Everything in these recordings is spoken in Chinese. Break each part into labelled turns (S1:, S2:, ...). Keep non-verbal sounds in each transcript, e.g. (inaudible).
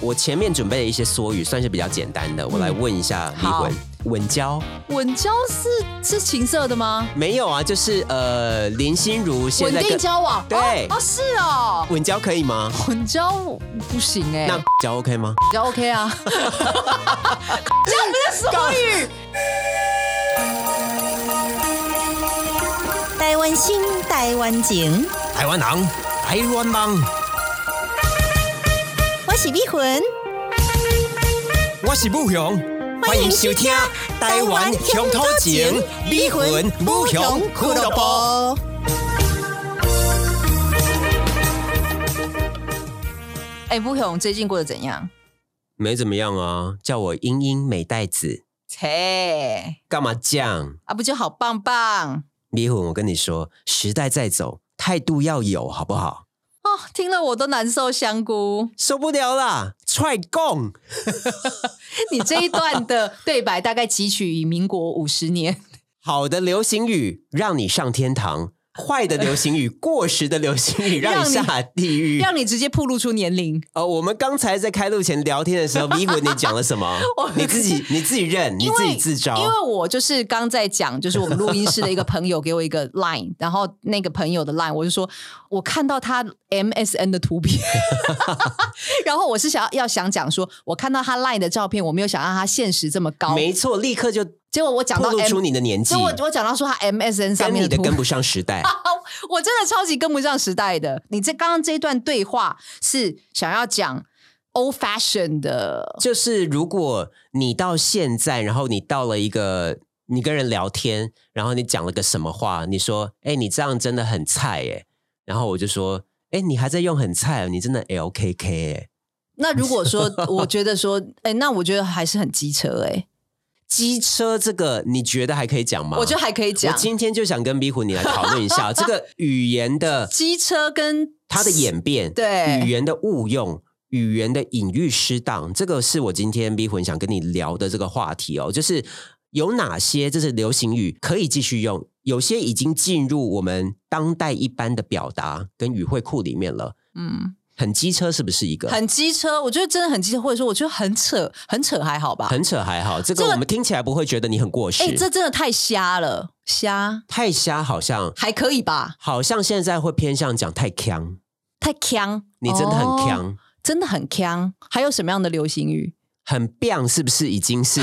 S1: 我前面准备了一些缩语，算是比较简单的，我来问一下立
S2: 好
S1: 文。稳交
S2: 稳交是是情色的吗？
S1: 没有啊？就是呃，林心如现
S2: 稳
S1: 在
S2: 定
S1: 跟
S2: 交往？
S1: 对
S2: 哦，哦是哦。
S1: 稳交可以吗？
S2: 混交不行哎、
S1: 那交 OK 吗？
S2: 比较 OK (laughs) 啊。这样不是俗语，
S3: 台湾心，台湾情，
S4: 台湾人，台湾梦，
S3: 我是美魂，
S4: 我是武雄，欢迎收听《台湾乡土情》，美魂武雄俱乐部。
S3: 部。
S2: 哎、不勇最近过得怎样？
S1: 没怎么样啊，叫我英英美代子，
S2: 切
S1: 干嘛这样？
S2: 啊，不就好棒棒
S1: 迷魂，我跟你说，时代在走，态度要有，好不好？
S2: 哦？听了我都难受，香 (laughs) 菇，
S1: 受不了啦，踹供！
S2: 你这一段的对白大概汲取于民国五十年。
S1: 好的流行语让你上天堂，坏的流行语、过时的流行语 (laughs) 让
S2: 让
S1: 你
S2: 你
S1: 下地狱。
S2: 让你直接暴露出年龄，
S1: 呃，我们刚才在开录前聊天的
S2: (laughs)
S1: 时候，迷魂，你讲了什么？你自己你自己认，你
S2: 因
S1: 自
S2: 为
S1: 己自招。
S2: 因为我就是刚在讲，就是我们录音室的一个朋友给我一个 line，然后那个朋友的 line，我就说我看到他 MSN 的图片， (laughs) 然后我是想要要想讲说，我看到他 line 的照片，我没有想到他现实这么高，
S1: 没错，立刻就
S2: 结果我讲
S1: 透
S2: 到
S1: 露
S2: M，
S1: 出你的年纪
S2: 所以，我我讲到说他 MSN 上
S1: 跟
S2: 面
S1: 你的
S2: 图
S1: 跟不上时
S2: (laughs)
S1: 代。
S2: 我真的超级跟不上时代的。你这刚刚这一段对话是想要讲 old fashion 的，
S1: 就是如果你到现在，然后你到了一个你跟人聊天，然后你讲了个什么话，你说：“哎、你这样真的很菜哎。”然后我就说：“哎、你还在用很菜哦，你真的 LKK 哎。
S2: 那如果说我觉得说，哎、那我觉得还是很机车哎、”
S1: 机车这个你觉得还可以讲吗？
S2: 我觉得还可以
S1: 我
S2: 讲。
S1: 今天就想跟壁虎你来讨论一
S2: (laughs)
S1: 下这个语言的
S2: 机车跟
S1: 它的演变，
S2: 对
S1: 语言的误用。语言的隐喻失当，这个是我今天逼魂想跟你聊的这个话题哦，就是有哪些这是流行语可以继续用，有些已经进入我们当代一般的表达跟语汇库里面了。
S2: 嗯，
S1: 很机车是不是一个？
S2: 很机车，我觉得真的很机车，或者说我觉得很扯，很扯还好吧。
S1: 很扯还好，这个
S2: 这个
S1: 我们听起来不会觉得你很过时。
S2: 哎、这真的太瞎了，瞎
S1: 太瞎好像
S2: 还可以吧？
S1: 好像现在会偏向讲太强，
S2: 太强，
S1: 你真的很
S2: 哦
S1: 强。
S2: 真的很强。还有什么样的流行
S1: (laughs)
S2: 语？
S1: 很 biang 是不是已经
S2: (laughs)
S1: 是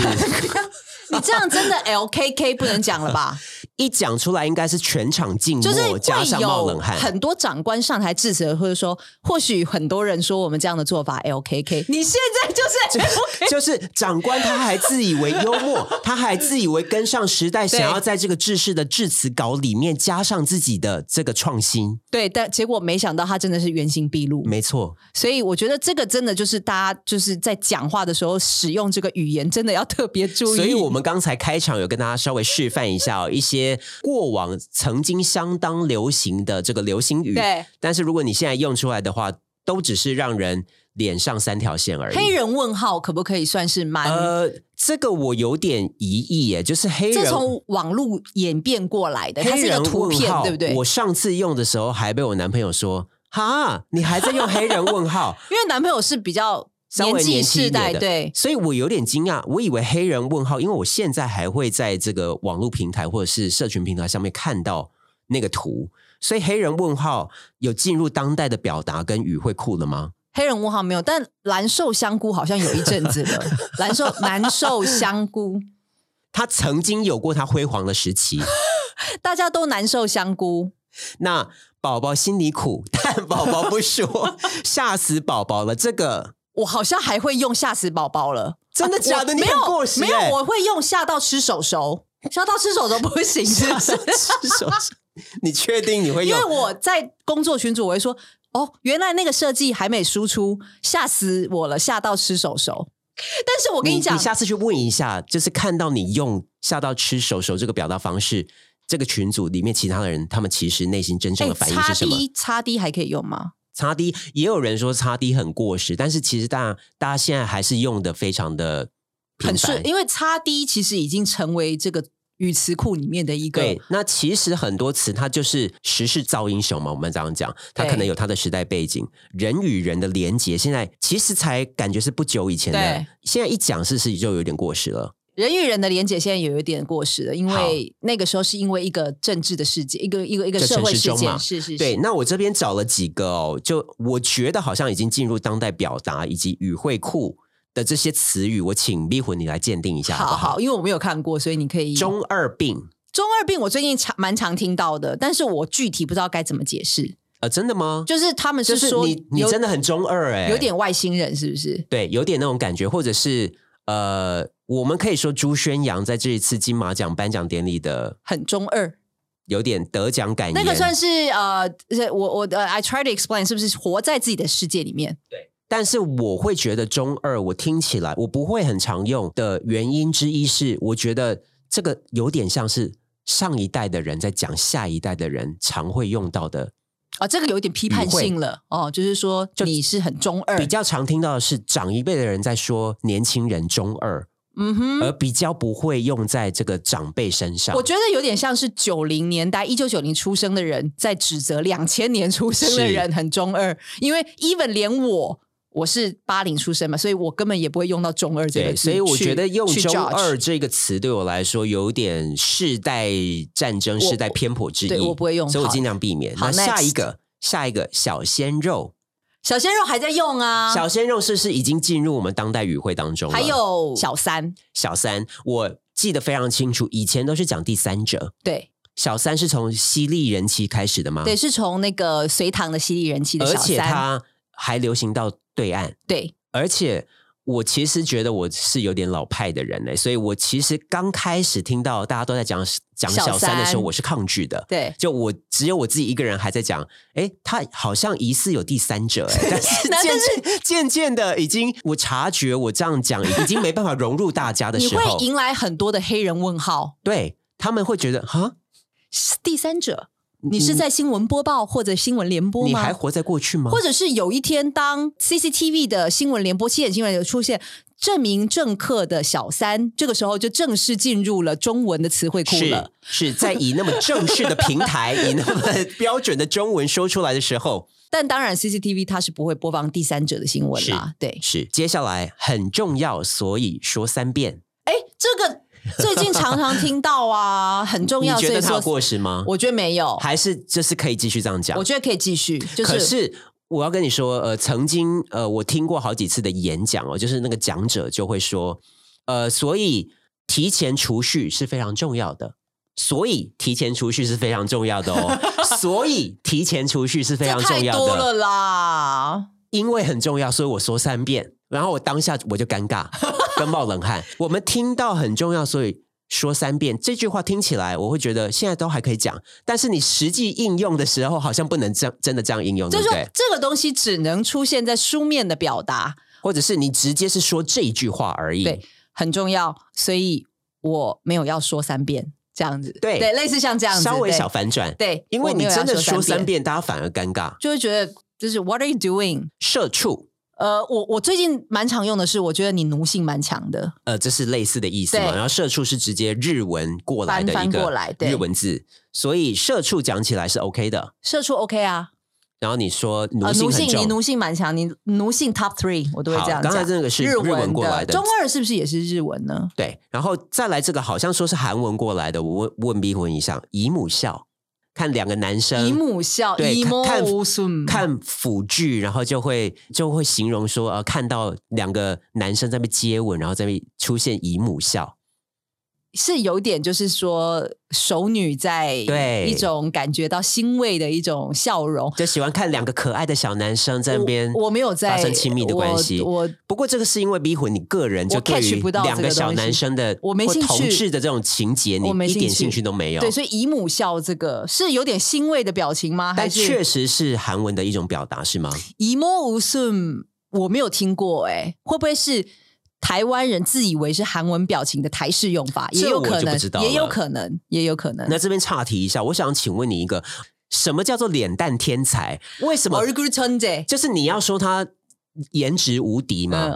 S2: 你这样真的 LKK 不能讲了
S1: (laughs)
S2: 吧？
S1: 一讲出来应该是全场静默，
S2: 就是
S1: 加上
S2: 会
S1: 冒
S2: 有
S1: 冷汗。
S2: 很多长官上台致辞，或者说，或许很多人说我们这样的做法
S1: (laughs)
S2: LKK。你现在就
S1: (laughs)
S2: 是
S1: 就是长官他还自以为幽默，他还自以为跟上时代，
S2: 对
S1: 想要在这个制式的致辞稿里面加上自己的这个创新。
S2: (laughs) 对，但结果没想到他真的是原形毕露。
S1: 没错，
S2: 所以我觉得这个真的就是大家就是在讲话的时候使用这个语言，真的要特别注意。
S1: 所以我们刚才开场有跟大家稍微示范一下、哦、一些过往曾经相当流行的这个流行语，
S2: 对
S1: 但是如果你现在用出来的话，都只是让人脸上三条线而已。
S2: 黑人问号可不可以算是蛮？
S1: 呃，这个我有点疑义耶，就是黑人
S2: 这从网络演变过来的，它
S1: 黑
S2: 是一个
S1: 人
S2: 图
S1: 问
S2: 片，
S1: 号，
S2: 对不对？
S1: 我上次用的时候还被我男朋友说：“哈，你还在用黑人问
S2: (laughs)
S1: 号
S2: 因为男朋友是比较
S1: 稍微
S2: 纪
S1: 年轻一点
S2: 世代，
S1: 的
S2: 对？”，
S1: 所以我有点惊讶，我以为黑人问号，因为我现在还会在这个网络平台或者是社群平台上面看到那个图，所以黑人问号有进入当代的表达跟语汇库了吗？
S2: 黑人问号没有，但蓝瘦香菇好像有一阵
S1: (laughs)
S2: 子了。蓝瘦蓝瘦香菇，
S1: 他曾经有过他辉煌的时
S2: (laughs)
S1: 期，
S2: 大家都难受香菇。
S1: 那宝宝心里苦， (laughs) 但宝宝不
S2: (laughs)
S1: 说，吓死宝宝了。这个
S2: 我好像还会用吓死宝宝了，啊
S1: 真的假的
S2: 我
S1: 你
S2: 没有
S1: 很过时
S2: 没有
S1: 欸，
S2: 我会用吓到吃手 (laughs) 手，吓到吃手手不行，是不是？ (laughs)
S1: 是手指，你确定你会
S2: 因
S1: 用
S2: 为？我在工作群组，我会说哦，原来那个设计还没输出，吓死我了，吓到吃手手。 (laughs) 但是我
S1: 我
S2: 跟你讲，
S1: 你下次去问一下，就是看到你用吓到吃手手这个表达方式，这个群组里面其他的人，他们其实内心真正的反应
S2: 哎叉
S1: 是什么？
S2: D 叉 D 还可以用吗？
S1: 擦低也有人说擦低很过时，但是其实大家大家现在还是用的非常的频
S2: 很
S1: 繁
S2: 顺，。因为叉 D 其实已经成为这个语词库里面的一个
S1: 对，那其实很多词它就是时势造英雄嘛，我们这样讲，它
S2: 对
S1: 可能有它的时代背景，人与人的连结，现在其实才感觉是不久以前的
S2: 对，
S1: 现在一讲是是就有点过时了。
S2: 人与人的连接现在也有一点过时了，因
S1: 好
S2: 为那个时候是因为一个政治的事件，一个一个一个
S1: 在
S2: 社
S1: 陈
S2: 会
S1: 时
S2: 事
S1: 中嘛
S2: 件，是是是，
S1: 对，那我这边找了几个哦，就我觉得好像已经进入当代表达以及语汇库的这些词语，我请迷魂你来鉴定一下好不
S2: 好
S1: 好？
S2: 好，因为我没有看过，所以你可以
S1: 中二病，
S2: 中二病，我最近常蛮常听到的，但是我具体不知道该怎么解释，
S1: 呃，真的吗？
S2: 就是他们
S1: 就是是
S2: 说
S1: 你你
S2: 有
S1: 真的很中二哎、
S2: 有点外星人，是不是？
S1: 对，有点那种感觉，或者是呃，我们可以说朱宣阳在这一次金马奖颁奖典礼的
S2: 很中二，
S1: 有点得奖感言，
S2: 那个算是呃，是我我呃，I try to explain 是不是活在自己的世界里面？
S1: 但是我会觉得中二，我听起来我不会很常用的原因之一是，我觉得这个有点像是上一代的人在讲下一代的人常会用到的，
S2: 啊、这个有一点批判性了哦，就是说你是很中二
S1: 比，较常听到的是长一辈的人在说年轻人中二，
S2: 嗯哼，
S1: 而比较不会用在这个长辈身上。
S2: 我觉得有点像是九零年代一九九零出生的人在指责两千年出生的人很中二，因为 even 连我我是八零出生嘛，所以我根本也不会用到中二这个
S1: 对，
S2: 字去。
S1: 所以我觉得用“
S2: 去
S1: 中
S2: judge
S1: 二”这个词对我来说有点世代战争、
S2: 我
S1: 世代偏颇之意，
S2: 对我不会用
S1: 所以我
S2: 好
S1: 尽量避免。
S2: 好
S1: 那下
S2: next
S1: 一个，下一个小鲜肉，
S2: 小鲜肉还在用啊，
S1: 小鲜肉是不是已经进入我们当代语汇当中了？
S2: 还有小三，
S1: 小三，我记得非常清楚，以前都是讲第三者，
S2: 对
S1: 小三是从犀利人妻开始的吗？
S2: 对，，是从那个隋唐的犀利人妻的
S1: 而
S2: 小
S1: 且
S2: 三，
S1: 它还流行到对岸，
S2: 对
S1: 而且我其实觉得我是有点老派的人嘞、所以我其实刚开始听到大家都在讲讲
S2: 小
S1: 小三的时候，
S2: 三
S1: 我是抗拒的。
S2: 对。
S1: 就我只有我自己一个人还在讲，诶，他好像疑似有第三者、诶，但是
S2: (laughs) 那
S1: 渐渐渐渐的，已经我察觉我这样讲已经没办法融入大家的
S2: 你
S1: 时
S2: 会
S1: 候，
S2: 迎来很多的黑人问号，
S1: 对他们会觉得哈，
S2: 是第三者，你是在新闻播报或者新闻联播吗？
S1: 嗯你还活在过去吗？
S2: 或者是有一天，当 CCTV 的新闻联播七点新闻有出现证明政客的小三，这个时候就正式进入了中文的词汇库
S1: 是
S2: 了。
S1: 是在以那么正式的平台，以那么标准的中文说出来的时候，
S2: 但当然，CCTV 它是不会播放第三者的新闻啦。对，
S1: 是，接下来很重要，所以说三遍。
S2: 哎，这个最近常常听到啊，很重要。
S1: 你觉得它
S2: 所
S1: 有
S2: 以说，
S1: 过时吗？
S2: 我觉得没有，
S1: 还是就是可以继续这样讲
S2: 我？觉得可以继续，就
S1: 可
S2: 是
S1: 是我要跟你说，呃，曾经呃，我听过好几次的演讲哦，就是那个讲者就会说，呃，所以提前储蓄是非常重要的。所以提前储蓄是非常重要的
S2: (laughs)
S1: 哦，所以提前储蓄是非
S2: 这
S1: 常
S2: 太
S1: 重要
S2: 多
S1: 的，
S2: 了啦。
S1: 因为很重要，所以我说三遍，然后我当下我就尴
S2: (laughs)
S1: 尬跟冒冷汗。我们听到很重要，所以说三遍这句话听起来，我会觉得现在都还可以讲，但是你实际应用的时候，好像不能这样真的这样应用，
S2: 就是
S1: 对不
S2: 说
S1: 对？，
S2: 这个东西只能出现在书面的表达。
S1: 或者是你直接是说这一句话而已。
S2: 对，很重要，所以我没有要说三遍这样子，
S1: 对
S2: 对，类似像这样子，
S1: 稍微
S2: 对
S1: 小反转。，
S2: 对，
S1: 因为
S2: 我
S1: 你
S2: 没有要
S1: 真的
S2: 说
S1: 说三
S2: 遍，
S1: 遍，大家反而尴尬。
S2: 就会觉得就是 What are you doing？
S1: 社畜，
S2: 呃，我我最近蛮常用的是，我觉得你奴性蛮强的，
S1: 呃，这是类似的意思嘛？
S2: 对
S1: 然后社畜是直接日文过来的
S2: 翻
S1: 一
S2: 翻过
S1: 个
S2: 来对
S1: 日文字，所以社畜讲起来是 OK 的。
S2: 社畜 OK 啊，
S1: 然后你说奴
S2: 呃，奴
S1: 性很
S2: 性你
S1: 重，
S2: 奴性蛮强，你奴性 Top Three，我都会
S1: 好
S2: 这样
S1: 刚才
S2: 讲
S1: 这个是
S2: 日
S1: 日文
S2: 文
S1: 过来的
S2: 中二是不是也是日文呢？
S1: 对，然后再来这个好像说是韩文过来的，我问问逼婚一下，姨母笑，看两个男生
S2: 姨母笑，
S1: 对
S2: 姨母
S1: 看
S2: 无顺，
S1: 看腐剧，然后就会就会形容说，呃，看到两个男生在那边接吻，然后在那边出现姨母笑，
S2: 是有点就是说熟女在
S1: 对
S2: 一种感觉到欣慰的一种笑容。
S1: 就喜欢看两个可爱的小男生在那边。
S2: 我我没有在
S1: 发生亲密的关系。
S2: 我我
S1: 不过这个是因为逼婚，你个人就
S2: 我
S1: 对
S2: catch
S1: 于
S2: 不到
S1: 两
S2: 这个
S1: 个
S2: 东
S1: 小
S2: 西
S1: 男生的
S2: 我没
S1: 或
S2: 兴
S1: 同
S2: 趣
S1: 志的这种情节，你
S2: 我没
S1: 一点
S2: 兴
S1: 兴
S2: 趣
S1: 趣都没有。
S2: 对，所以姨母笑这个是有点欣慰的表情吗？还
S1: 但确实
S2: 是
S1: 是韩文的一种表达，是吗？
S2: 姨母无顺？我没有听过、哎，会不会是台湾人自以为是韩文表情的台式用法？
S1: 这
S2: 也有
S1: 我
S2: 可
S1: 就不
S2: 能
S1: 知道，了
S2: 也有可能，也有可能。
S1: 那这边岔题一下，我想请问你一个，什么叫做脸蛋天才？为什么
S2: 얼굴천재
S1: 就是你要说他颜值无敌嘛。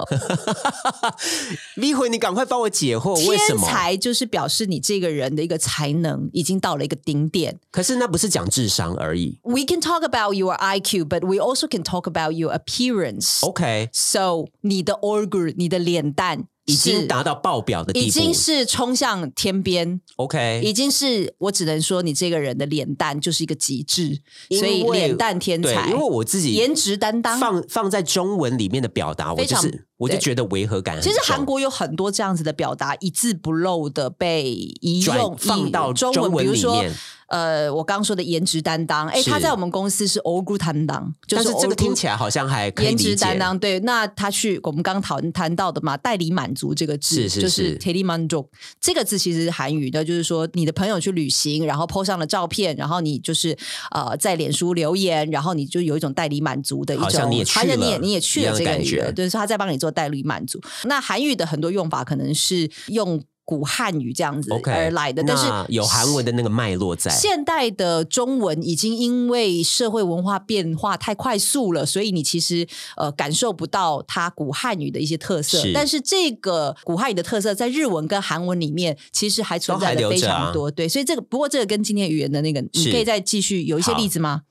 S1: 迷 (laughs) 魂，你赶快帮我解惑，为什
S2: 嗯天
S1: 么？
S2: 才就是表示你这个人的一个才能已经到了一个顶点。
S1: 可是那不是讲智商而已。
S2: We can talk about your IQ, but we also can talk about your appearance.
S1: OK，
S2: So 你的 org，你的脸蛋
S1: 已
S2: 是
S1: 经达到爆表的
S2: 已
S1: 地步哎
S2: 经。是冲向天边，已
S1: OK，
S2: 经是我只能说你这个人的脸蛋就是一个极致，
S1: 因
S2: 所
S1: 为
S2: 以脸蛋天
S1: 对，
S2: 才
S1: 因为，我自己
S2: 颜值担当。
S1: 放放在中文里面的表达，我
S2: 非
S1: 就
S2: 常
S1: 是我就
S2: 对
S1: 觉得违和感很
S2: 其
S1: 重。
S2: 实韩国有很多这样子的表达，一字不漏的被移
S1: 转
S2: 用
S1: 放
S2: 移
S1: 到
S2: 中
S1: 中文
S2: 比如
S1: 里
S2: 说
S1: 面
S2: 呃，我刚说的颜值担当，哎，
S1: 是
S2: 他在我们公司是 o g 担当，就
S1: 但是这个
S2: Orgu
S1: 听起来好像还可以
S2: 颜
S1: 理解
S2: 值担当，对，那他去我们刚谈谈到的嘛，代理满足这个字
S1: 是是
S2: 就是是 t e l e m a n d o 这个字其实是韩语的，就是说你的朋友去旅行，然后 PO 上了照片，然后你就是呃在脸书留言，然后你就有一种代理满足的一种，
S1: 好像你也去
S2: 好像你也
S1: 了
S2: 你也去
S1: 一
S2: 了
S1: 样的
S2: 这个
S1: 感觉
S2: 语言，对，所以他在帮你做代理满足。那韩语的很多用法可能是用古汉语这样子
S1: OK
S2: 而呃来的，但是
S1: 那有韩文的那个脉络在。
S2: 现代的中文已经因为社会文化变化太快速了，所以你其实呃感受不到它古汉语的一些特色。
S1: 是
S2: 但是这个古汉语的特色在日文跟韩文里面其实还存在
S1: 都还
S2: 的
S1: 留
S2: 非
S1: 着啊
S2: 常多。对，所以这个不过这个跟今天语言的那个，
S1: 是
S2: 你可以再继续有一些例子吗？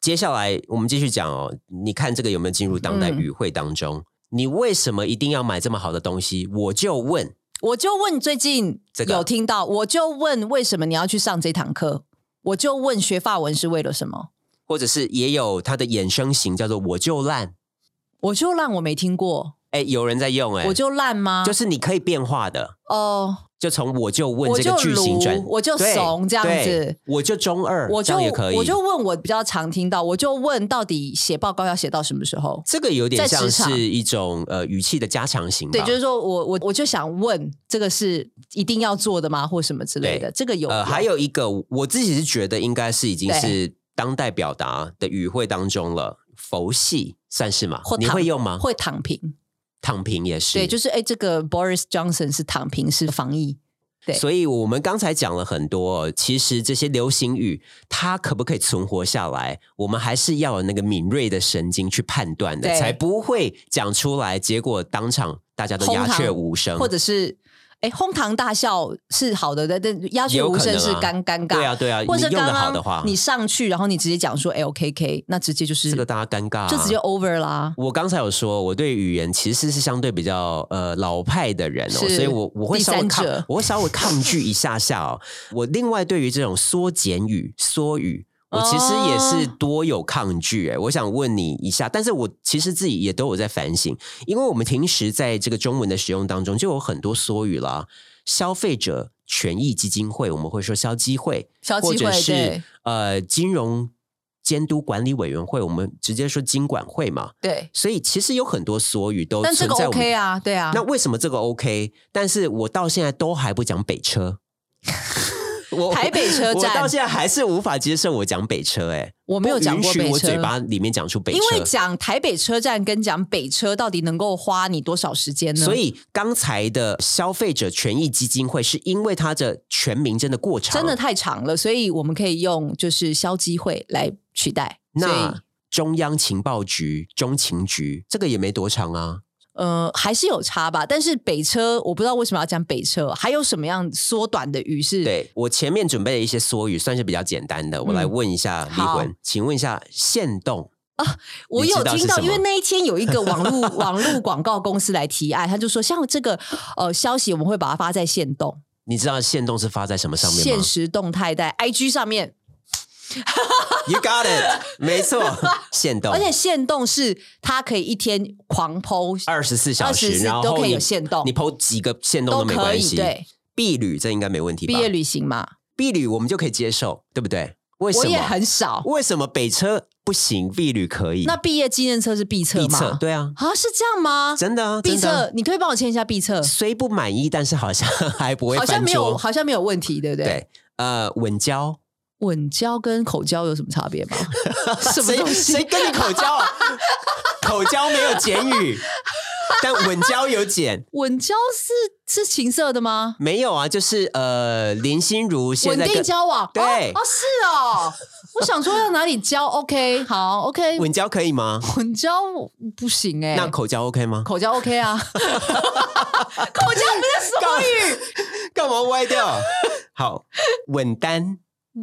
S1: 接下来我们继续讲哦，你看这个有没有进入当
S2: 嗯
S1: 代语汇当中？你为什么一定要买这么好的东西？我就问，
S2: 我就问最近
S1: 这个
S2: 有听到，我就问为什么你要去上这堂课？我就问学法文是为了什么？
S1: 或者是也有它的衍生型叫做我就烂。
S2: 我就烂我没听过，
S1: 哎，有人在用哎，
S2: 我就烂吗？
S1: 就是你可以变化的，
S2: 哦。
S1: 就从我就问
S2: 我
S1: 这个
S2: 就
S1: 句型
S2: 鲁
S1: 转，
S2: 我就
S1: 对
S2: 怂这样
S1: 对
S2: 子
S1: 我就中二，
S2: 我
S1: 这
S2: 就
S1: 样也可以。
S2: 我就问我比较常听到，我就问到底写报告要写到什么时候？
S1: 这个有点
S2: 在
S1: 像
S2: 职场
S1: 是一种呃语气的加强型吧，
S2: 对，就是说我我我就想问，这个是一定要做的吗，或什么之类的？
S1: 对
S2: 这个有、
S1: 呃，还有一个我自己是觉得应该是已经
S2: 对
S1: 是当代表达的语汇当中了，佛系算是吗
S2: 或？
S1: 你
S2: 躺
S1: 会用吗？
S2: 会躺平，
S1: 躺平也是，
S2: 对，就是哎，这个 Boris Johnson 是躺平式防疫，对
S1: 所以我们刚才讲了很多，其实这些流行语它可不可以存活下来，我们还是要有那个敏锐的神经去判断的，
S2: 对
S1: 才不会讲出来，结果当场大家都鸦雀无声，
S2: 或者是哎哄堂大笑是好的，但但鸦雀
S1: 有
S2: 无
S1: 可能
S2: 声
S1: 啊
S2: 是尴尴尬，
S1: 对啊对啊，
S2: 或者
S1: 你用
S2: 刚
S1: 的好的话
S2: 刚，你上去，然后你直接讲说 LKK，那直接就是
S1: 这个大家尴尬啊、
S2: 就直接 over 啦。
S1: 我刚才有说，我对语言其实是相对比较呃老派的人哦，
S2: 是
S1: 所以我我会
S2: 第
S1: 稍微
S2: 三
S1: 抗
S2: 者，
S1: 我会稍微抗拒一下下哦。我另外对于这种缩减语、缩语，我其实也是
S2: 哦
S1: 多有抗拒欸诶。我想问你一下，但是我其实自己也都有在反省，因为我们平时在这个中文的使用当中，就有很多缩语啦，消费者权益基金会，我们会说消基会，
S2: 消基
S1: 或
S2: 会
S1: 者是
S2: 对
S1: 呃金融监督管理委员会，我们直接说金管会嘛。
S2: 对，
S1: 所以其实有很多缩语都
S2: 但
S1: 存
S2: 这
S1: 在
S2: 个啊
S1: 我们。
S2: OK 啊，对啊。
S1: 那为什么这个 OK？但是我到现在都还不讲北
S2: (laughs)
S1: 车。我
S2: 台北车站
S1: 我到现在还是无法接受我讲北车、欸，哎，
S2: 我没有讲过北
S1: 我
S2: 车
S1: 嘴巴里面讲出北车，
S2: 因为讲台北车站跟讲北车到底能够花你多少时间呢？
S1: 所以刚才的消费者权益基金会是因为它的全名真的过长，
S2: 真的太长了，所以我们可以用就是消基会来取代。所以
S1: 那。中央情报局、中情局，这个也没多长啊。
S2: 呃，还是有差吧，但是北车我不知道为什么要讲北车，还有什么样缩短的语是？，
S1: 对我前面准备了一些缩语，算是比较简单的，我来
S2: 嗯
S1: 问一下立
S2: 好
S1: 魂，请问一下限动
S2: 我有
S1: 你
S2: 听
S1: 知道是
S2: 到，
S1: 什么
S2: 因为那一天有一个网
S1: (laughs)
S2: 络网络广告公司来提案，他就说像这个呃消息，我们会把它发在线动、
S1: 你知道限动是发在什么上面
S2: 现
S1: 吗
S2: 实动态在 IG 上面，
S1: ？You got
S2: (laughs)
S1: it，没错，限动，
S2: 而且限动是它可以一天狂剖
S1: 二十四小时，
S2: 24
S1: 然
S2: 都
S1: 后
S2: 可以
S1: 你
S2: 有限动
S1: 你剖几个限动
S2: 都
S1: 都没
S2: 可
S1: 关
S2: 以，
S1: 系。
S2: 对，
S1: 避旅这应该没问题吧？
S2: 毕业旅行嘛，
S1: 避旅我们就可以接受，对不对？为什
S2: 我也
S1: 么？
S2: 很少。
S1: 为什么北车不行，避旅可以？
S2: 那毕业纪念册是必测
S1: 必
S2: 吗？
S1: 测对啊，
S2: 啊，是这样吗？
S1: 真的啊，
S2: 必
S1: 真的啊
S2: 测，你可以帮我签一下必测，
S1: 虽不满意，但是好像 (laughs) 还不会
S2: 好像
S1: 翻
S2: 没有，
S1: 桌。
S2: 好像没有问题，对不对？
S1: 对，呃，稳交，
S2: 稳交跟口交有什么差别
S1: (laughs)
S2: 吗？什么
S1: 谁
S2: 东
S1: 谁
S2: 西？
S1: 跟你口交啊？口交没有简语，但稳交有简。
S2: 稳交是是情色的吗？
S1: 没有啊，就是呃，林心如现
S2: 稳
S1: 在跟
S2: 定交往，
S1: 对
S2: 哦哦是哦，我想说要哪里教？OK，好，OK，
S1: (laughs) 稳交可以吗？
S2: 混教不行哎、
S1: 那口交 OK 吗？
S2: 口交 OK
S1: (laughs)
S2: 啊，口交不是
S1: 干 (laughs) 干嘛歪掉？好，稳单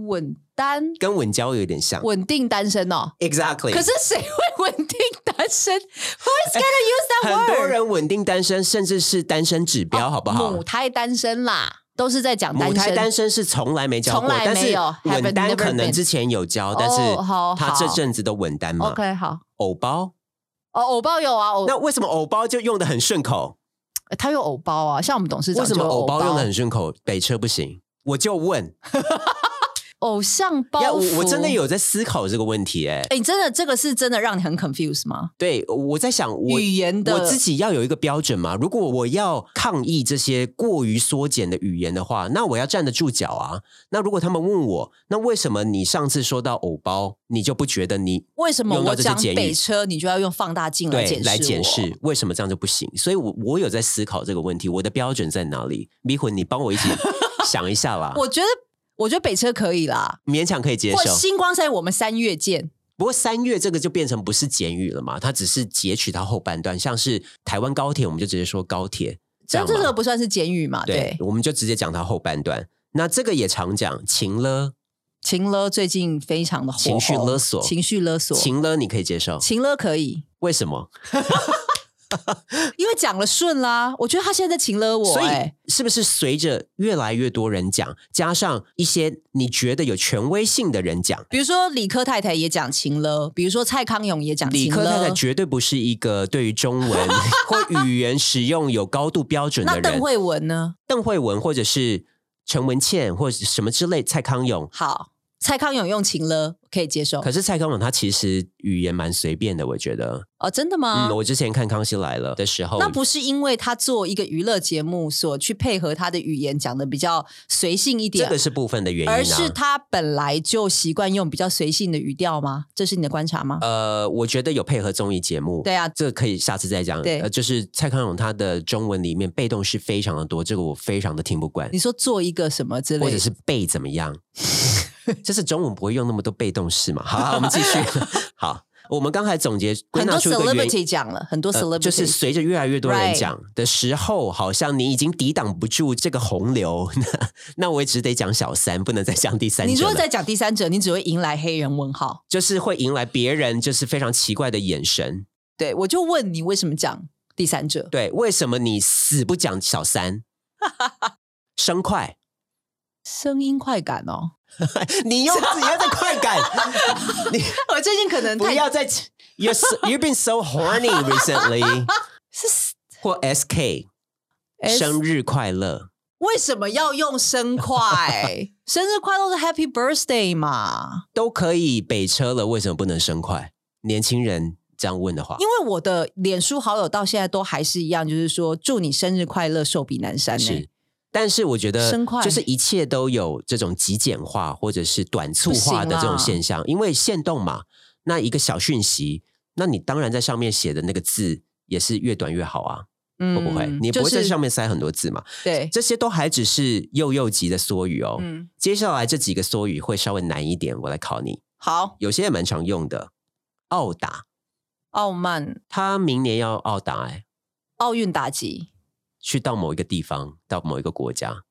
S2: 稳单
S1: 跟稳交有点像
S2: 稳定单身哦。
S1: ，exactly。
S2: 可是谁会稳定单身？Who's gonna use that word？
S1: 很多人稳定单身，甚至是单身指标，好不好
S2: 哦母？胎单身啦，都是在讲
S1: 母
S2: 单
S1: 胎
S2: 身。
S1: 单身是从来没交过
S2: 从，来
S1: 但
S2: 没
S1: 是
S2: 有
S1: 稳
S2: haven't
S1: 单
S2: never
S1: 可能
S2: been
S1: 之前有交，但
S2: 哦好
S1: 是他这
S2: 好
S1: 阵子都稳单嘛。
S2: OK，好，
S1: 偶包，
S2: 哦，偶包有啊，偶
S1: 那为什么偶包就用的很顺口？
S2: 他有偶包啊，像我们董事长
S1: 为什么
S2: 就有
S1: 偶
S2: 偶
S1: 包用的很顺口，北车不行？我就问，
S2: 偶像包
S1: 呀，
S2: 袱？
S1: 我我真的，有在思考这个问题、哎，
S2: 哎，你真的这个是真的让你很 confused 吗？
S1: 对，我在想我
S2: 语言的
S1: 我自己要有一个标准嘛。如果我要抗议这些过于缩减的语言的话，那我要站得住脚啊。那如果他们问我，那为什么你上次说到偶包，你就不觉得你
S2: 为什么
S1: 用到
S2: 我
S1: 这些
S2: 讲
S1: 简语
S2: 北车，你就要用放大镜来
S1: 对
S2: 检视
S1: 来检
S2: 我
S1: 视为什么这样就不行？所以我我有在思考这个问题，我的标准在哪里？迷魂，你帮我一起想一下啦。
S2: (laughs) 我觉得，我觉得北车可以啦，
S1: 勉强可以接
S2: 或
S1: 受，
S2: 星光山我们三月见。
S1: 不过三月这个就变成不是简语了嘛，它只是截取它后半段，像是台湾高铁，我们就直接说高铁，这
S2: 这
S1: 样嘛
S2: 这个不算是简语嘛？
S1: 对
S2: 啊对，，
S1: 我们就直接讲它后半段。那这个也常讲情了，
S2: 情勒最近非常的火
S1: 情绪
S2: 红
S1: 勒索
S2: 情绪勒索，
S1: 情了你可以接受，
S2: 情勒可以，
S1: 为什么？
S2: 因为讲了顺啦。我觉得他现在在情勒我、
S1: 所
S2: 哎
S1: 以是不是随着越来越多人讲，加上一些你觉得有权威性的人讲，
S2: 比如说理科太太也讲情勒，比如说蔡康永也讲
S1: 理
S2: 情
S1: 科太
S2: 勒
S1: 太，绝对不是一个对于中文 (laughs) 或语言使用有高度标准的
S2: 那
S1: 人。
S2: 邓慧文呢？
S1: 邓慧文或者是陈文茜或者是什么之类，蔡康永。
S2: 好，蔡康永用情勒可以接受
S1: 可是蔡康永他其实语言蛮随便的，我觉得。
S2: 哦，真的吗？
S1: 嗯，我之前看《康熙来了》的时候，
S2: 那不是啊因为他做一个娱乐节目所去配合他的语言讲的比较随性一
S1: 这
S2: 点，
S1: 个是部分的原因、啊，
S2: 而是他本来就习惯用比较随性的语调吗？这是你的观察吗？
S1: 呃，我觉得有配合综艺节目，
S2: 对啊
S1: 这个可以下次再讲。
S2: 对
S1: 呃，就是蔡康永他的中文里面被动式非常的多，这个我非常的听不惯，
S2: 你说做一个什么之类的，
S1: 或者是被怎么样， (laughs) 就是中文不会用那么多被动式嘛。好、啊，我们继
S2: (laughs)
S1: 续。好，我们刚才总结归
S2: 很多
S1: 纳出一个原因。
S2: celebrity 讲了很多 celebrity，、
S1: 呃就是随着越来越多人
S2: Right
S1: 讲的时候好像你已经抵挡不住这个洪流， (laughs) 那那我也只得讲小三，不能再讲第三者
S2: 你
S1: 了。
S2: 如果再讲第三者，你只会迎来黑人问号。
S1: 就是会迎来别人就是非常奇怪的眼神，
S2: 对，我就问你为什么讲第三者？
S1: 对，为什么你死不讲小
S2: (laughs)
S1: 三？生快，
S2: 声音快感
S1: (laughs)
S2: 哦，
S1: 你又你要在快感，
S2: (laughs)
S1: 你
S2: 我最近可能
S1: 不
S2: 太
S1: 要再 you so, you've been so horny recently，
S2: (laughs) 是
S1: 或 SK
S2: 哎
S1: 生日快乐，
S2: 为什么要用生快？ (laughs) 生日快乐是 Happy Birthday 嘛？
S1: 都可以北车了，为什么不能生快？年轻人这样问的话
S2: 因，为我的脸书好友到现在都还是一样，就是说祝你生日快乐，寿比南山、欸。
S1: 是。但是我觉得
S2: 生快，
S1: 就是一切都有这种极简化或者是短促化的这种现象，
S2: 啊
S1: 因为限动嘛，那一个小讯息，那你当然在上面写的那个字也是越短越好啊，
S2: 嗯
S1: 会不会？你不会在上、面塞很多字嘛？
S2: 就是、对，
S1: 这些都还只是幼幼级的缩语哦。
S2: 嗯，
S1: 接下来这几个缩语会稍微难一点，我来考你。
S2: 好，
S1: 有些也蛮常用的，奥打，
S2: 傲慢，
S1: 他明年要奥打、哎，
S2: 奥运打击，
S1: 去到某一个地方，到某一个国家，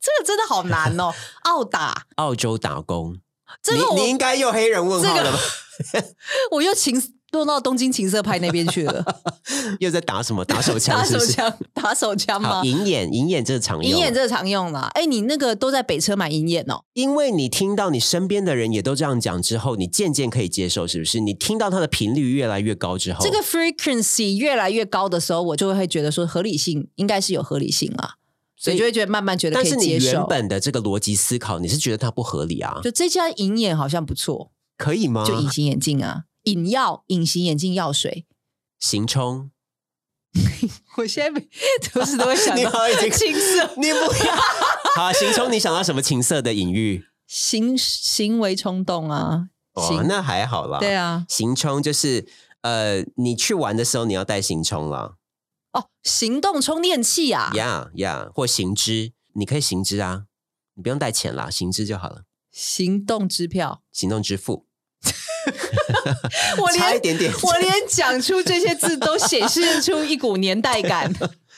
S2: 这个真的好难哦，奥打，
S1: 澳洲打工。
S2: 这个我
S1: 你你应该用黑人问号了吧？
S2: 我又情落到东京情色派那边去了，
S1: (laughs) 又在打什么打手枪？
S2: 打
S1: 是
S2: 手
S1: 不是？
S2: 枪，打手枪吗
S1: 好，？银眼，银眼这个常用。
S2: 银眼这个常用啦，哎，你那个都在北车买银眼哦，
S1: 因为你听到你身边的人也都这样讲之后，你渐渐可以接受，是不是？你听到它的频率越来越高之后，
S2: 这个 frequency 越来越高的时候，我就会觉得说合理性应该是有合理性啊，所以就会觉得慢慢觉得
S1: 但
S2: 可以
S1: 是你
S2: 接
S1: 原
S2: 受。
S1: 本的这个逻辑思考，你是觉得它不合理啊？
S2: 就这家银眼好像不错，
S1: 可以吗？
S2: 就隐形眼镜啊，饮药、隐形眼镜、药水。
S1: 行
S2: (laughs)
S1: 冲，
S2: 我现在每都是都会想
S1: 你
S2: 到
S1: 好已经
S2: 青涩
S1: 你不要。好，行冲，你想到什么情色的隐喻？
S2: (laughs) 行行为冲动啊，
S1: 哦
S2: 行，
S1: 那还好啦。
S2: 对，啊，
S1: 行冲就是呃，你去玩的时候你要带行冲啦，
S2: 哦，行动充电器啊，
S1: 呀呀，或行之，你可以行之啊，你不用带钱啦，行之就好了。
S2: 行动支票。
S1: 行动支付，
S2: 我
S1: 差一
S2: 连
S1: 点点。
S2: 我连讲出这些字都显示出一股年代感。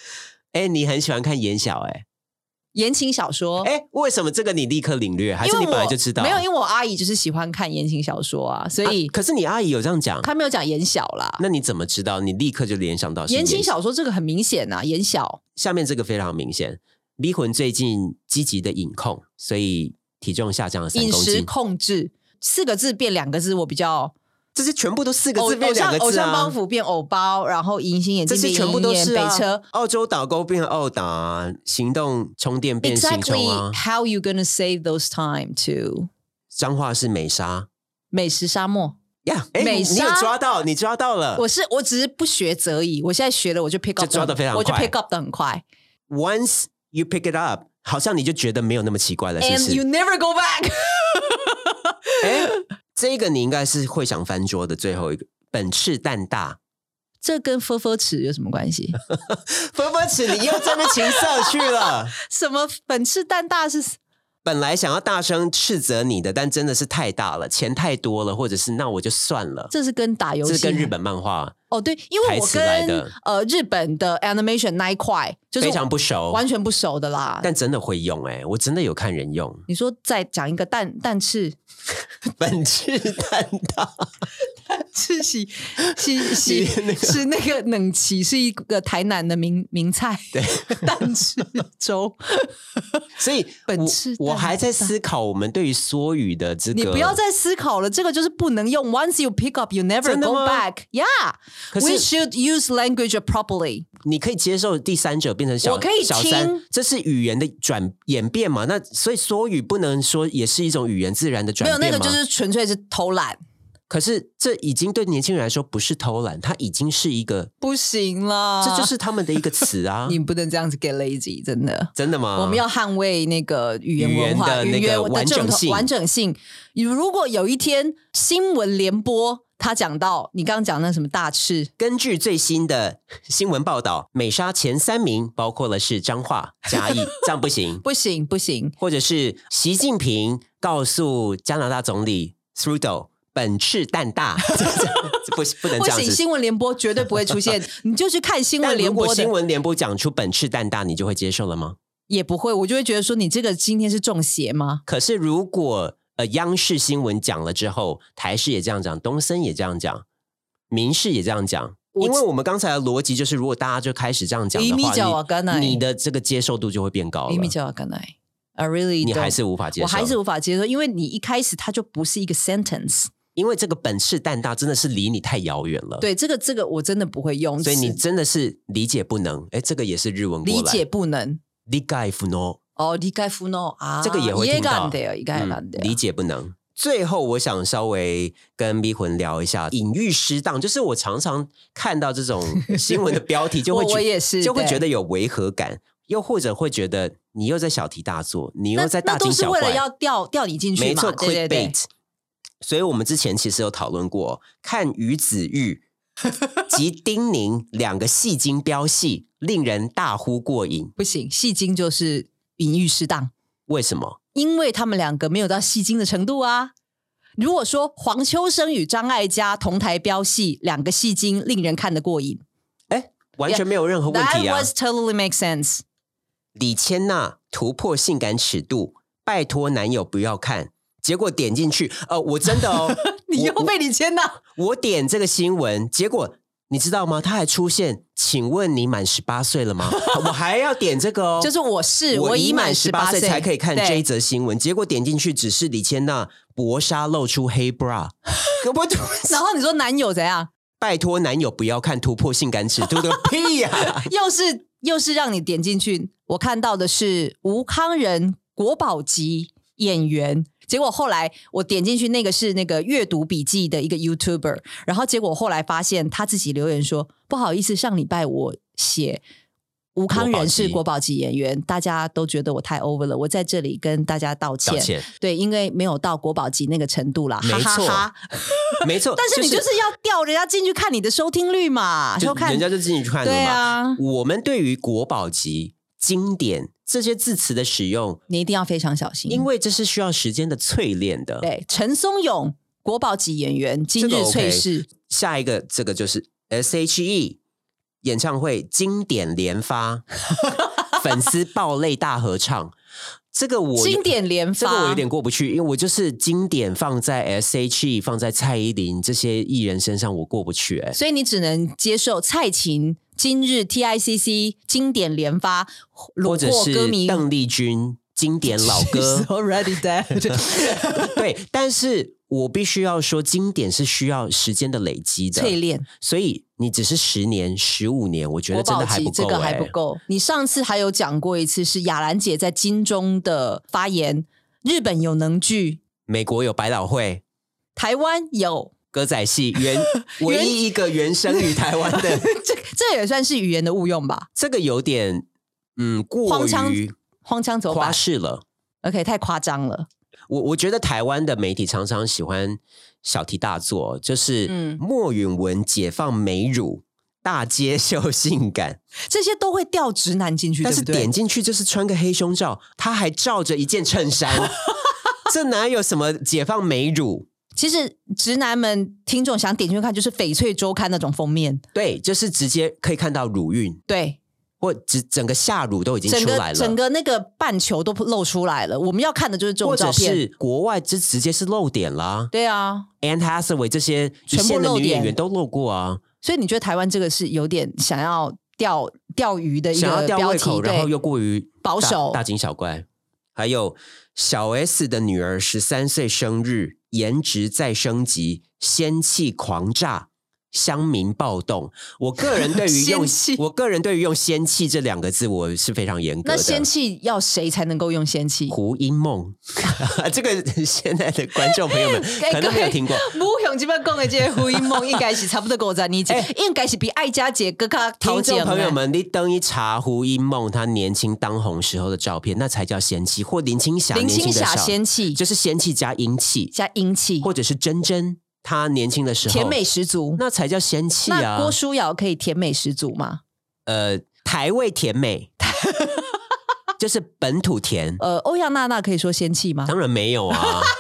S1: (laughs) 哎、你很喜欢看言小哎、
S2: (laughs) 言情小说，
S1: 哎、为什么这个你立刻领略？还
S2: 哦因
S1: 是
S2: 为
S1: 你本来
S2: 我
S1: 就知道？
S2: 没有，因
S1: 为
S2: 为我阿姨就是喜欢看言情小说啊，所以
S1: 可是你阿姨有这样讲，
S2: 她没有讲言小啦。
S1: 那你怎么知道？你立刻就联想到是
S2: 言情小说这个很明显呐、言小
S1: 下面这个非常明显，离魂最近积极的饮控，所以体重下降了三
S2: 饮
S1: 公
S2: 食
S1: 斤。
S2: 控制四个字变两个字，我比较
S1: 这些全部都四个
S2: 偶
S1: 字变
S2: 偶
S1: 两
S2: 像
S1: 个
S2: 偶
S1: 字
S2: 像包
S1: 啊！
S2: 袱变偶包，然后隐形眼
S1: 这
S2: 镜
S1: 些
S2: 变
S1: 全部都
S2: 隐
S1: 是
S2: 形眼
S1: 啊
S2: 北车。
S1: 澳洲导购变澳打、行动充电变行充
S2: Exactly
S1: 啊，
S2: how you gonna save those time to
S1: 脏话是美沙
S2: 美食沙漠？
S1: 呀！哎、
S2: 美
S1: 你
S2: 沙
S1: 你有抓到，你抓到了。
S2: 我是我只是不学则已，我现在学了我就 pick up
S1: 就抓得非常
S2: 我就
S1: 快
S2: pick up 的很快
S1: Once you pick it up，好像你就觉得没有那么奇怪了，是不
S2: ，and you (laughs)
S1: 是？
S2: never go back
S1: 哎、这个你应该是会想翻桌的最后一个。本赤蛋大，
S2: 这跟分分尺有什么关系？
S1: 分分尺，你又真的情色去了。
S2: 什么本赤蛋大是
S1: (laughs) 本来想要大声斥责你的，但真的是太大了，钱太多了，或者是那我就算了。
S2: 这是跟打游
S1: 这
S2: 戏
S1: 是跟日本漫画
S2: 哦，对，因为我
S1: 台词来
S2: 跟
S1: 的
S2: 呃日本的 animation 那一块就是
S1: 非常不熟，
S2: 完全不熟的啦。
S1: 但真的会用哎、我真的有看人
S2: (laughs)
S1: 用
S2: 你说再讲一个蛋蛋翅
S1: 本赤蛋大，
S2: 是喜喜喜
S1: 你那个
S2: 是那个冷奇是一个台南的名名菜，对， (laughs) 蛋翅粥。
S1: 所以
S2: 本赤蛋
S1: 我我还在
S2: 大
S1: 思考我们对于缩语的这个，
S2: 你不要再思考了，这个就是不能用。Once you pick up, you never
S1: 真的
S2: go
S1: 吗
S2: back. Yeah,
S1: 可
S2: we
S1: 是
S2: should use language properly.
S1: 你可以接受第三者变成小，
S2: 我可以
S1: 小三
S2: 听，
S1: 这是语言的转演变嘛？那所以缩语不能说也是一种语言自然的转
S2: 没有
S1: 变吗？
S2: 那个就是纯粹是偷懒，
S1: 可是这已经对年轻人来说不是偷懒，它已经是一个
S2: 不行啦。。
S1: 这就是他们的一个词啊
S2: (laughs) 你不能这样子 get lazy，真的。
S1: 真的吗？
S2: 我们要捍卫那个语言文化、
S1: 嗯语言的那个
S2: 语言
S1: 完整
S2: 正统
S1: 性
S2: 完整性。如果有一天新闻联播，他讲到你刚刚讲那什么大赤，
S1: 根据最新的新闻报道，美沙前三名包括了是彰化、嘉义，这样不行，
S2: 不行不行，
S1: 或者是习近平告诉加拿大总理 Trudeau 本赤蛋
S2: (laughs)
S1: 大，这这不不能
S2: 不
S1: 这样
S2: 行，
S1: 子。
S2: 新闻联播绝对不会出
S1: (laughs)
S2: 现。你就去看新闻
S1: 但
S2: 联
S1: 如
S2: 播
S1: 果新
S2: 的，
S1: 闻联播讲出本赤蛋大，你就会接受了吗？
S2: 也不会，我就会觉得说你这个今天是中邪吗？
S1: 可是如果呃央视新闻讲了之后，台视也这样讲，东森也这样讲，民视也这样讲。
S2: 我
S1: 因为我们刚才的逻辑就是，如果大家就开始这样讲的
S2: 厘米角啊
S1: 话
S2: 刚，才
S1: 你你的这个接受度就会变高了
S2: 咪，咪叫我刚才，I really
S1: 你还
S2: don't-
S1: 是无法接受。
S2: 我还是无法接受，因为你一开始它就不是一个 sentence。
S1: 因为这个本事蛋大真的是离你太遥远了，，
S2: 对，这个这个我真的不会用，
S1: 哦所以你
S2: 是
S1: 真的是理解不能。哎，这个也是日文过
S2: 理
S1: 来
S2: 解不能。
S1: 理解不能，
S2: 哦，理解不能啊，
S1: 这个也会
S2: 也
S1: 听到
S2: 干的，也干
S1: 嗯
S2: 的，
S1: 理解不能。最后，我想稍微跟迷魂聊一下隐喻失当，就是我常常看到这种新闻的标
S2: (laughs)
S1: 题，就会
S2: 我
S1: 觉
S2: 我也是
S1: 就会
S2: 对
S1: 觉得有违和感，又或者会觉得你又在小题大做，你
S2: 那
S1: 又在大
S2: 那都
S1: 惊
S2: 是
S1: 小
S2: 为
S1: 怪，
S2: 了要调调你进去嘛，
S1: 没错
S2: 对对对，
S1: ，clickbait。所以我们之前其实有讨论过，看于子
S2: (laughs)
S1: 玉及丁宁两个戏精飙戏，令人大呼过瘾。
S2: 不行，戏精就是隐喻适当，
S1: 为什么？
S2: 因为他们两个没有到戏精的程度啊。如果说黄秋生与张艾嘉同台飙戏，两个戏精令人看得过瘾、
S1: 哎，完全没有任何问
S2: t
S1: 题
S2: h a
S1: 啊
S2: t！was totally make sense。，
S1: 李千娜突破性感尺度，拜托男友不要看。结果点进去，呃，我真的哦
S2: (laughs) 你又
S1: 我
S2: 被李千娜，
S1: 我我点这个新闻，结果你知道吗？它还出现，请问你满十八岁
S2: (laughs)
S1: 了吗？我还要点这个哦，
S2: 就是我是
S1: 我
S2: 已满
S1: 十
S2: 八
S1: 岁才可以看这一
S2: 对
S1: 则新闻，结果点进去只是李千娜薄纱露出黑
S2: (laughs)
S1: bra，可不，
S2: 然后你说男友怎样？
S1: 拜托男友不要看突破性感尺度的屁呀、
S2: (laughs) 又是又是让你点进去，我看到的是吴康仁国宝级演员。结果后来我点进去，那个是那个阅读笔记的一个 YouTuber，然后结果后来发现他自己留言说：“不好意思，上礼拜我写吴康仁是国
S1: 国
S2: 宝级演员，大家都觉得我太 over 了，我在这里跟大家道歉。
S1: 道歉，
S2: 对，因为没有到国宝级那个程度啦，哈
S1: 没
S2: 哈
S1: 错
S2: 哈。
S1: 没错，
S2: 但是你就是要调人家进去啊看你的收听率嘛，
S1: 就
S2: 看
S1: 人家就进去看了嘛。
S2: 对啊
S1: 我们对于国宝级经典这些字词的使用，
S2: 你一定要非常小心，
S1: 因为这是需要时间的淬炼的。
S2: 嗯对陈松勇，国宝级演员，今
S1: 这
S2: 日
S1: 个 OK
S2: 翠氏，
S1: 下一个这个就是 S H E 演唱会经典连
S2: (laughs)
S1: 发，粉丝爆泪大合唱。这个我有
S2: 经典连
S1: 这
S2: 发，
S1: 个我有点过不去，因为我就是经典放在 S H E 放在蔡依林这些艺人身上，我过不去、哎，
S2: 所以你只能接受蔡琴今日 TICC 经典连发，
S1: 或
S2: 虏
S1: 者
S2: 获歌
S1: 是
S2: 迷
S1: 邓丽君经典老歌
S2: (laughs)
S1: 啊
S2: She's，already
S1: (laughs)
S2: dead，
S1: 对。但是我必须要说，经典是需要时间的累积的，
S2: (laughs) 淬炼。
S1: 所以你只是十年、十五年，我觉
S2: 国
S1: 得真
S2: 宝
S1: 的还
S2: 级
S1: 不够、
S2: 这个还不
S1: 哎
S2: 够。你上次还有讲过一次是雅兰姐在金钟的发言，日本有能剧，
S1: 美国有百老汇。
S2: 台湾有，
S1: 歌仔戏
S2: (laughs)
S1: 原唯一一个原生于台湾的，
S2: 这这也算是语言的误用吧？
S1: 这个有点嗯过
S2: 荒腔
S1: 于
S2: 荒腔走
S1: 夸
S2: 板
S1: 饰了。
S2: ，OK，太夸张了。
S1: 我我觉得台湾的媒体常常喜欢小题大做，就是
S2: 嗯
S1: 莫允文解放美乳，大街秀性感，
S2: 这些都会掉直男进去，
S1: 但是
S2: 对不对
S1: 点进去就是穿个黑胸罩，她还罩着一件衬
S2: (laughs)
S1: 衫，这哪有什么解放美乳？
S2: 其实直男们听众想点进去看，就是《翡翠周刊》那种封面，
S1: 对，就是直接可以看到乳晕
S2: 对，
S1: 或整整个下乳都已经
S2: 整
S1: 出
S2: 个
S1: 来
S2: 整
S1: 了。
S2: 个那个半球都露出来了。我们要看的就是这种
S1: 或
S2: 照
S1: 者
S2: 片，
S1: 是国外这直接是露点啦
S2: 对啊。
S1: ，Anne Hathaway 这些一
S2: 全部
S1: 线的
S2: 露
S1: 女演
S2: 点
S1: 员都露过啊，
S2: 所以你觉得台湾这个是有点想要钓钓鱼的一
S1: 想
S2: 个
S1: 要吊
S2: 标
S1: 胃
S2: 题，
S1: 口，然后
S2: 对
S1: 又过于
S2: 保
S1: 大
S2: 守
S1: 大惊小怪。还有小 S 的女儿十三岁生日，颜值再升级，仙气狂炸，乡民暴动。我个人对于用
S2: (laughs) 仙气
S1: 我个人对于用“仙气”这两个字，我是非常严格
S2: 那
S1: 的。
S2: 仙气要谁才能够用仙
S1: (laughs)
S2: 气？
S1: 胡因梦，这个现在的观众朋
S2: (laughs)
S1: 友们
S2: 哎
S1: 可能没有
S2: 各位
S1: 听过。
S2: 吴勇基本讲的这个胡因梦应该是差不多跟我在
S1: (laughs)
S2: 理解，应该是比爱家姐更加
S1: 哎听
S2: 头
S1: 众
S2: 前
S1: 朋友们，你等一查胡因梦她年轻当红时候的照片，那才叫仙气，或林青霞
S2: 林
S1: 年轻
S2: 青
S1: 的
S2: 霞
S1: 时候
S2: 仙气
S1: 就是仙气加阴气，
S2: 加阴气，
S1: 或者是珍珍，她年轻的时候
S2: 甜美，十足。
S1: 那才叫仙气
S2: 那
S1: 啊
S2: 郭。书瑶可以甜美十足吗？
S1: 呃，台味甜美， (laughs) 就是本土甜，
S2: 呃，欧阳娜娜可以说仙气吗？
S1: 当然没有啊。 (laughs)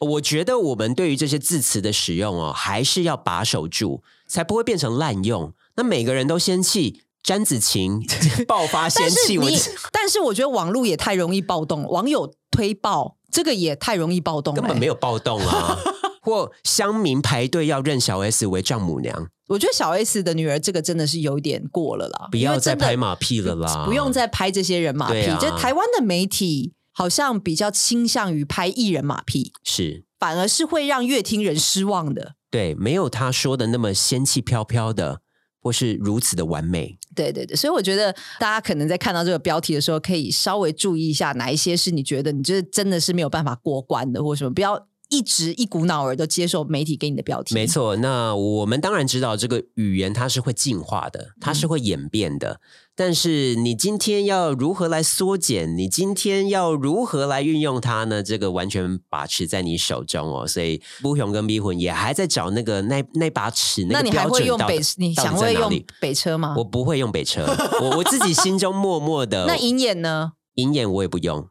S1: 我觉得我们对于这些字词的使用哦，还是要把守住，才不会变成滥用。那每个人都仙气，詹子晴 (laughs) 爆发仙
S2: 但是
S1: 气，我
S2: 你，但是我觉得网络也太容易暴动，网友推爆这个也太容易暴动了、欸
S1: 根本没有暴动
S2: (laughs)
S1: 啊。或乡民排队要认小 S 为丈母娘，
S2: 我觉得小 S 的女儿这个真的是有一点过了啦，
S1: 不要再拍
S2: 马
S1: 马屁了啦，
S2: 不用再拍这些人马屁
S1: 对。啊
S2: 这、台湾的媒体好像比较倾向于拍艺人马屁，
S1: 是
S2: 反而是会让乐听人失望的。
S1: 对，没有他说的那么仙气飘飘的，或是如此的完美。
S2: 对对对，所以我觉得大家可能在看到这个标题的时候，可以稍微注意一下哪一些是你觉得你就是真的是没有办法过关的，或什么，不要一直一股脑儿都接受媒体给你的标题。
S1: 没，错，那我们当然知道这个语言它是会进化的，它是会演变的。但是你今天要如何来缩减？你今天要如何来运用它呢？这个完全把持在你手中哦。所以不雄跟迷魂也还在找那个那那把尺，
S2: 那
S1: 个
S2: 你还
S1: 标
S2: 会
S1: 准
S2: 用
S1: 到底
S2: 北？你
S1: 到底
S2: 想
S1: 在
S2: 会
S1: 哪
S2: 用
S1: 里
S2: 北车吗
S1: 我？不会用北车，我我自己心中默默的。
S2: 那银眼呢？
S1: 银眼我也不用，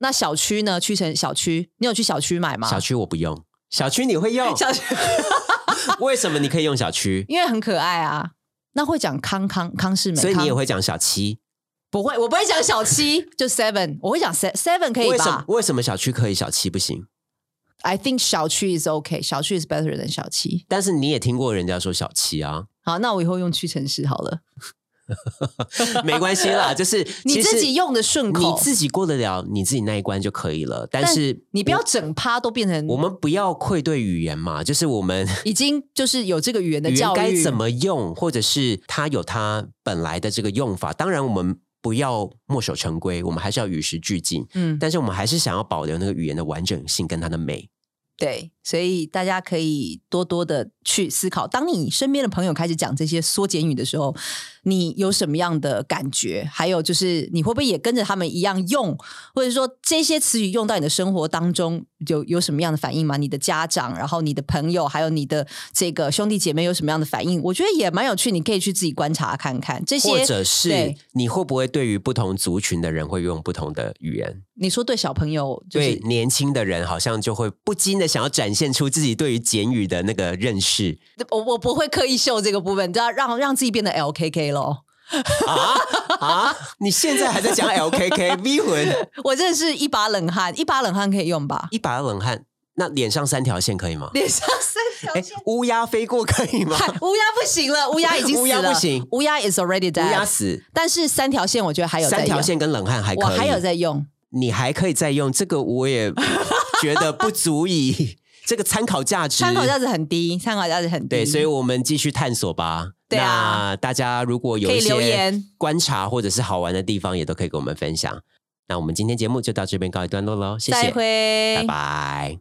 S2: 那小区呢？屈臣小区，你有去小区买吗？哦
S1: 小区我不用，小区你会用？
S2: 小区， (laughs)
S1: 为什么你可以用小区？
S2: 因为很可爱啊。那会讲康康康世美，
S1: 所以你也
S2: 康
S1: 会讲小七？
S2: 不会？我不会讲小七，就 seven，我会讲 se- seven 可以
S1: 为什么
S2: 吧
S1: 为什么小区可以，小七不行？
S2: ？I think 小区 is okay，小区 is better than 小七。
S1: 但是你也听过人家说小七
S2: (laughs)
S1: 啊，
S2: 好，那我以后用屈臣氏好了。
S1: 没关系啦，就是
S2: 你
S1: 其实
S2: 自己用的顺口
S1: 你自己过得了你自己那一关就可以了。但是
S2: 你不要整趴都变成
S1: 我，我们不要愧对语言嘛，就是我们
S2: 已经就是有这个语言 (laughs) 的
S1: 语言
S2: 教育，
S1: 该怎么用，或者是它有它本来的这个用法。当然，我们不要墨守成规，我们还是要与时俱进。
S2: 嗯，
S1: 但是我们还是想要保留那个语言的完整性跟它的美。
S2: 对，所以大家可以多多的去思考，当你身边的朋友开始讲这些缩减语的时候，你有什么样的感觉？还有就是，你会不会也跟着他们一样用，或者说这些词语用到你的生活当中有有什么样的反应吗？你的家长，然后你的朋友，还有你的这个兄弟姐妹有什么样的反应？我觉得也蛮有趣，你可以去自己观察看看这些。
S1: 或者是
S2: 对
S1: 你会不会对于不同族群的人会用不同的语言？
S2: 你说对小朋友，就是
S1: 对年轻的人，好像就会不禁的想要展现出自己对于简语的那个认识
S2: (laughs) 我我不会刻意秀这个部分，你知道让让自己变得 LKK 咯。
S1: 啊啊！你现在还在讲 LKK V 魂，
S2: 我真的是一把冷汗，一把冷汗可以用吧？
S1: 一把冷汗，那脸上三条线可以吗？
S2: 脸上三条
S1: 哎
S2: 线，，
S1: 乌鸦飞过可以吗？
S2: 嗨哎乌鸦不行了，乌鸦已经死了，
S1: 乌鸦不行
S2: 乌鸦 is already
S1: 乌鸦
S2: dead。
S1: 死，
S2: 但是三条线我觉得还有在
S1: 三
S2: 用
S1: 条，线跟冷汗还
S2: 我
S1: 可以，
S2: 还有在用。
S1: 你还可以再用这个，我也觉得不足以 (laughs) 这个参考价值。
S2: 参考价值很低，参考价值很低。
S1: 对，所以我们继续探索吧。
S2: 嗯对啊
S1: 那大家如果有
S2: 可以
S1: 一
S2: 留
S1: 些
S2: 言
S1: 观察或者是好玩的地方，也都可以跟我们分享。那我们今天节目就到这边告一段落喽，谢
S2: 再
S1: 谢，
S2: 会，
S1: 拜拜。